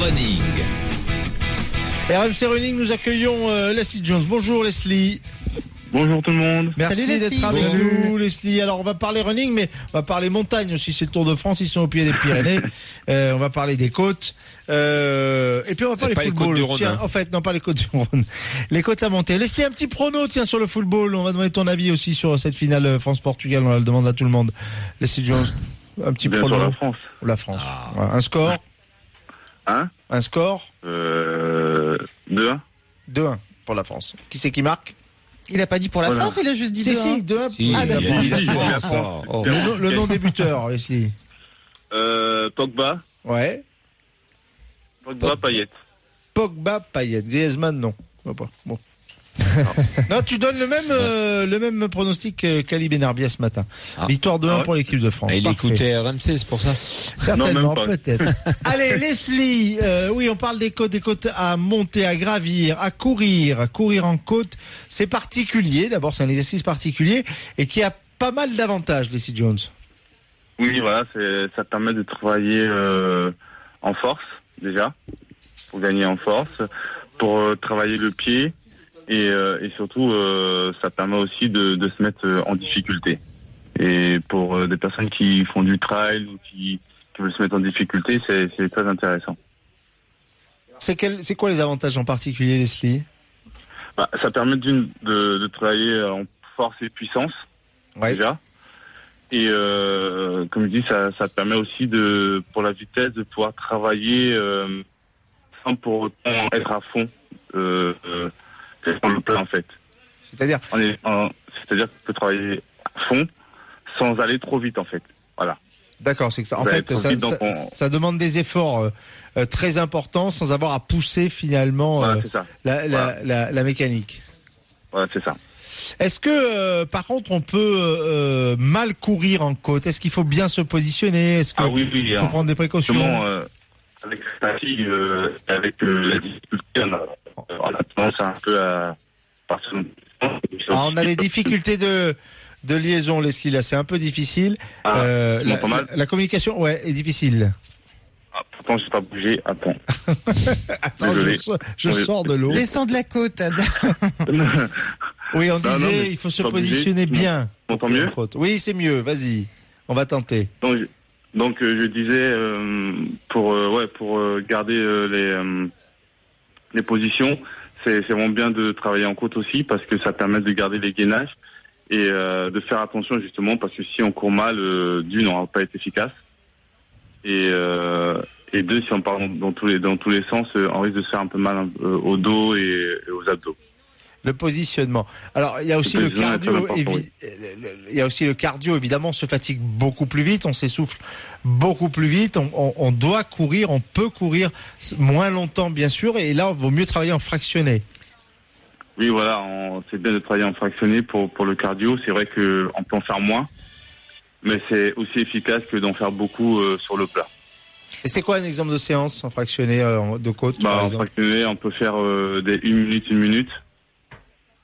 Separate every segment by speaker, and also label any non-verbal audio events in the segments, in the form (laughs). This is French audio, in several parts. Speaker 1: Running.
Speaker 2: RMC Running, nous accueillons euh, Leslie Jones. Bonjour Leslie.
Speaker 3: Bonjour tout le monde.
Speaker 2: Merci
Speaker 4: Salut,
Speaker 2: d'être
Speaker 4: Leslie.
Speaker 2: avec
Speaker 4: Salut.
Speaker 2: nous Leslie. Alors on va parler running, mais on va parler montagne aussi. C'est le Tour de France, ils sont au pied des (laughs) Pyrénées. Euh, on va parler des côtes. Euh, et puis on va parler
Speaker 1: pas les
Speaker 2: football.
Speaker 1: côtes du Rhône,
Speaker 2: Tiens,
Speaker 1: hein.
Speaker 2: en fait, non pas les côtes du Rhône. Les côtes à monter. Leslie, un petit prono tiens sur le football. On va demander ton avis aussi sur cette finale euh, France-Portugal. On la demande à tout le monde. Leslie Jones, un petit
Speaker 3: Bien
Speaker 2: prono.
Speaker 3: sûr, la France.
Speaker 2: La France. Ouais,
Speaker 1: Ah.
Speaker 2: Un score.
Speaker 3: Hein
Speaker 2: Un score.
Speaker 3: Euh, 2-1.
Speaker 2: 2-1 pour la France. Qui c'est qui marque
Speaker 4: Il a pas dit pour la
Speaker 3: Voilà.
Speaker 4: France, il a juste dit
Speaker 2: Si,
Speaker 4: deux, hein.
Speaker 2: si, 2-1
Speaker 1: Si,
Speaker 2: ah,
Speaker 1: il a
Speaker 2: la
Speaker 1: dit
Speaker 2: France.
Speaker 1: la
Speaker 3: La
Speaker 1: France.
Speaker 3: France.
Speaker 1: Oh.
Speaker 2: Le, nom- le nom des buteurs, Leslie.
Speaker 3: Euh, Pogba.
Speaker 2: Ouais.
Speaker 3: Pogba, Payet.
Speaker 2: Pogba, Payet. Griezmann, non. Je vois pas. Bon. non, tu donnes le même, euh, le même pronostic qu'Ali Benarbia ce matin.
Speaker 1: Ah.
Speaker 2: Victoire de 1
Speaker 3: Ah ouais
Speaker 2: pour l'équipe de France.
Speaker 1: Ah, il
Speaker 2: Parfait.
Speaker 1: écoutait RMC, c'est pour ça.
Speaker 2: Certainement,
Speaker 3: Non, même pas.
Speaker 1: (laughs)
Speaker 2: peut-être. Allez, Leslie, euh, oui, on parle des côtes, des côtes à monter, à gravir, à courir, à courir en côte. C'est particulier. D'abord, c'est un exercice particulier et qui a pas mal d'avantages, Leslie Jones.
Speaker 3: Oui, voilà, c'est- ça te permet de travailler euh, en force, déjà, pour gagner en force, pour euh, travailler le pied, et, euh, et surtout, euh, ça permet aussi de, de se mettre euh, en difficulté. Et pour euh, des personnes qui font du trail ou qui, qui veulent se mettre en difficulté, c'est c'est très intéressant.
Speaker 2: C'est quel, c'est quoi les avantages en particulier, Leslie
Speaker 3: Bah, ça permet d'une de, de travailler euh, en force et puissance déjà. Et euh, comme je dis, ça, ça permet aussi de pour la vitesse de pouvoir travailler euh, sans pour autant être à fond euh, euh, dans le plat en fait.
Speaker 2: C'est-à-dire,
Speaker 3: On est- en- C'est-à-dire qu'on peut travailler à fond sans aller trop vite en fait. Voilà.
Speaker 2: d'accord, c'est que ça. En
Speaker 3: Ouais,
Speaker 2: fait, ça,
Speaker 3: tranquille, donc
Speaker 2: ça-
Speaker 3: on-
Speaker 2: ça demande des efforts euh, euh, très importants sans avoir à pousser finalement
Speaker 3: Voilà,
Speaker 2: euh,
Speaker 3: c'est ça.
Speaker 2: la, la,
Speaker 3: Voilà.
Speaker 2: la, la mécanique.
Speaker 3: Voilà, c'est ça.
Speaker 2: Est-ce que, euh, par contre, on peut euh, mal courir en côte Est-ce qu'il faut bien se positionner Est-ce qu'il
Speaker 3: Ah oui, oui.
Speaker 2: faut
Speaker 3: hein.
Speaker 2: prendre des précautions
Speaker 3: Justement, euh, avec la fatigue, euh, avec euh, la difficulté, on a, on a tendance un peu à partir dans le sens.
Speaker 2: Ah, On a
Speaker 3: (laughs)
Speaker 2: des difficultés de de liaison, Leslie. Là, c'est un peu difficile.
Speaker 3: Ah,
Speaker 2: Euh,
Speaker 3: bon,
Speaker 2: la,
Speaker 3: pas mal.
Speaker 2: la communication, ouais, est difficile.
Speaker 3: Ah, pourtant, je pas bougé.
Speaker 2: (laughs)
Speaker 3: Attends.
Speaker 2: Attends,
Speaker 3: Désolé.
Speaker 2: je, je
Speaker 3: Oui.
Speaker 2: sors de l'eau.
Speaker 4: Descends de la côte.
Speaker 2: Oui, on
Speaker 3: Ah, Non,
Speaker 2: disait,
Speaker 3: non, mais
Speaker 2: il faut se
Speaker 3: pas obligé.
Speaker 2: positionner
Speaker 3: Non.
Speaker 2: bien.
Speaker 3: T'entends mieux
Speaker 2: Entre autres. Oui, c'est mieux. Vas-y, on va tenter.
Speaker 3: Donc, je, donc, euh, je disais euh, pour euh, ouais pour euh, garder euh, les euh, les positions, c'est c'est vraiment bien de travailler en côte aussi parce que ça permet de garder les gainages et euh, de faire attention justement parce que si on court mal, euh, d'une on va pas être efficace et euh, et deux si on part dans, dans tous les dans tous les sens, euh, on risque de se faire un peu mal euh, au dos et, et aux abdos.
Speaker 2: Le positionnement. Alors, il y a aussi le,
Speaker 3: positionnement est très
Speaker 2: cardio.
Speaker 3: important,
Speaker 2: évi-
Speaker 3: oui.
Speaker 2: euh, le- le- Il y a aussi le cardio. Évidemment, on se fatigue beaucoup plus vite, on s'essouffle beaucoup plus vite. On, on- on doit courir, on peut courir moins longtemps, bien sûr. Et là, il vaut mieux travailler en fractionné.
Speaker 3: Oui, voilà, on- c'est bien de travailler en fractionné pour, pour le cardio. C'est vrai que on peut en faire moins, mais c'est aussi efficace que d'en faire beaucoup euh, sur le plat.
Speaker 2: Et c'est quoi un exemple de séance en fractionné euh, en- de côte,
Speaker 3: Bah,
Speaker 2: par
Speaker 3: en
Speaker 2: exemple
Speaker 3: fractionné, on peut faire euh, des une minute, une minute,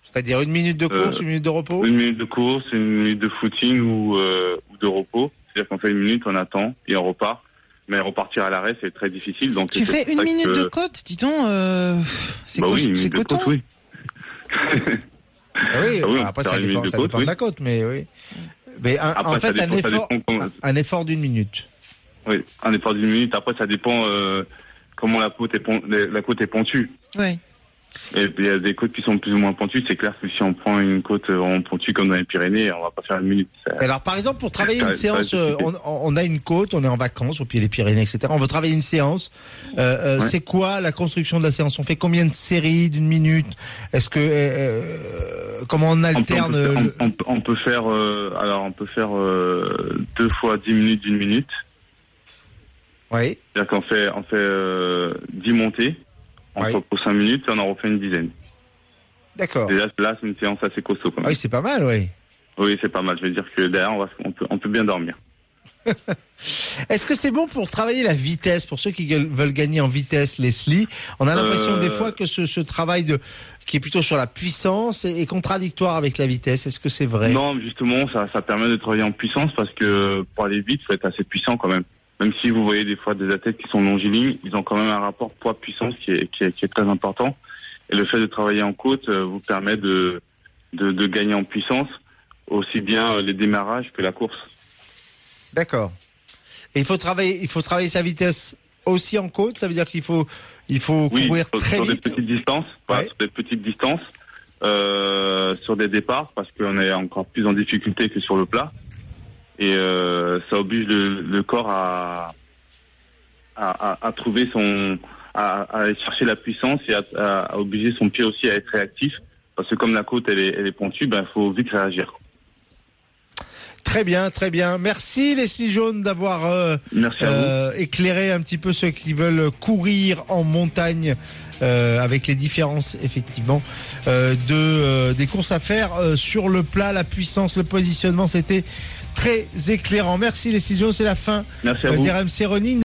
Speaker 2: C'est-à-dire une minute de course,
Speaker 3: Euh,
Speaker 2: une minute de repos
Speaker 4: Oh.
Speaker 3: une minute de course, une minute de footing ou, euh, ou de repos. C'est-à-dire qu'on fait une minute, on attend et on repart. Mais repartir à l'arrêt, c'est très difficile. Donc
Speaker 4: tu
Speaker 3: c'est
Speaker 4: fais
Speaker 3: pour
Speaker 4: une
Speaker 3: ça
Speaker 4: minute
Speaker 3: que-
Speaker 4: de côte, dis donc. euh, c'est
Speaker 3: Bah
Speaker 4: co-
Speaker 3: oui, une
Speaker 4: c'est
Speaker 3: minute de
Speaker 4: coton.
Speaker 3: course, oui.
Speaker 2: Ah Oui,
Speaker 3: Ah oui,
Speaker 2: après,
Speaker 3: faire
Speaker 2: ça
Speaker 3: une
Speaker 2: dépend,
Speaker 3: minute de
Speaker 2: ça
Speaker 3: côte,
Speaker 2: dépend
Speaker 3: oui.
Speaker 2: de la côte, mais oui. Mais un-
Speaker 3: Après,
Speaker 2: en
Speaker 3: ça
Speaker 2: fait,
Speaker 3: dépend-
Speaker 2: un,
Speaker 3: ça
Speaker 2: effort,
Speaker 3: dépend comment-
Speaker 2: un effort d'une minute.
Speaker 3: Oui, un départ d'une minute. Après, ça dépend euh, comment la côte est, pon- la côte est pontue.
Speaker 4: Ouais.
Speaker 3: Et puis, il y a des côtes qui sont plus ou moins pentues. C'est clair que si on prend une côte euh, en pontue comme dans les Pyrénées, on va pas faire une minute. Ça-
Speaker 2: Mais Alors, par exemple, pour travailler
Speaker 3: Ah, Ça-
Speaker 2: une
Speaker 3: ça
Speaker 2: séance,
Speaker 3: va être
Speaker 2: euh, on,
Speaker 3: compliqué.
Speaker 2: on a une côte, on est en vacances au pied des Pyrénées, etc. On veut travailler une séance. Euh, euh,
Speaker 3: Ouais.
Speaker 2: C'est quoi la construction de la séance On fait combien de séries d'une minute Est-ce que euh, euh, comment on
Speaker 3: On peut, on
Speaker 2: alterne euh,
Speaker 3: peut-
Speaker 2: le-
Speaker 3: on- on peut- on peut faire, euh, alors on peut faire euh, deux fois dix minutes d'une minute.
Speaker 2: Oui,
Speaker 3: C'est-à-dire qu'on fait, on fait euh, dix montées, on
Speaker 2: Ouais.
Speaker 3: se repose cinq minutes et on en refait une dizaine.
Speaker 2: d'accord.
Speaker 3: Déjà, là, c'est une séance assez costaud quand
Speaker 2: Ah
Speaker 3: même.
Speaker 2: oui, c'est pas mal, oui.
Speaker 3: Oui, c'est pas mal. Je veux dire que derrière, on, va, on, peut, on peut bien dormir.
Speaker 2: Est-ce que c'est bon pour travailler la vitesse pour ceux qui gueulent- veulent gagner en vitesse, Leslie On a l'impression
Speaker 3: Euh.
Speaker 2: des fois que ce, ce travail de qui est plutôt sur la puissance est, est contradictoire avec la vitesse. Est-ce que c'est vrai
Speaker 3: Non, justement, ça, ça permet de travailler en puissance parce que pour aller vite, faut être assez puissant quand même. même si vous voyez des fois des athlètes qui sont longilignes, ils ont quand même un rapport poids-puissance qui est, qui, est, qui est très important. Et le fait de travailler en côte euh, vous permet de, de, de gagner en puissance, aussi bien euh, les démarrages que la course.
Speaker 2: D'accord. Et il faut travailler, il faut travailler sa vitesse aussi en côte. Ça veut dire qu'il faut, il faut
Speaker 3: Oui,
Speaker 2: courir
Speaker 3: sur,
Speaker 2: très
Speaker 3: sur des
Speaker 2: vite.
Speaker 3: petites distances, voilà,
Speaker 2: Ouais.
Speaker 3: sur des petites distances, euh, sur des départs, parce qu'on est encore plus en difficulté que sur le plat. Et euh, ça oblige le, le corps à, à, à- à trouver son, à, à aller chercher la puissance et à, à- à obliger son pied aussi à être réactif, parce que comme la côte elle est, elle est pontue, ben faut vite réagir.
Speaker 2: Très bien, très bien. Merci Leslie Jaune d'avoir euh,
Speaker 3: Merci à vous.
Speaker 2: euh, éclairé un petit peu ceux qui veulent courir en montagne. euh, avec les différences effectivement euh, de euh, des courses à faire euh, sur le plat, la puissance, le positionnement, c'était très éclairant. Merci Leslie Jaune, c'est la fin
Speaker 3: Merci
Speaker 2: euh,
Speaker 3: à vous.
Speaker 2: d'RMC Running.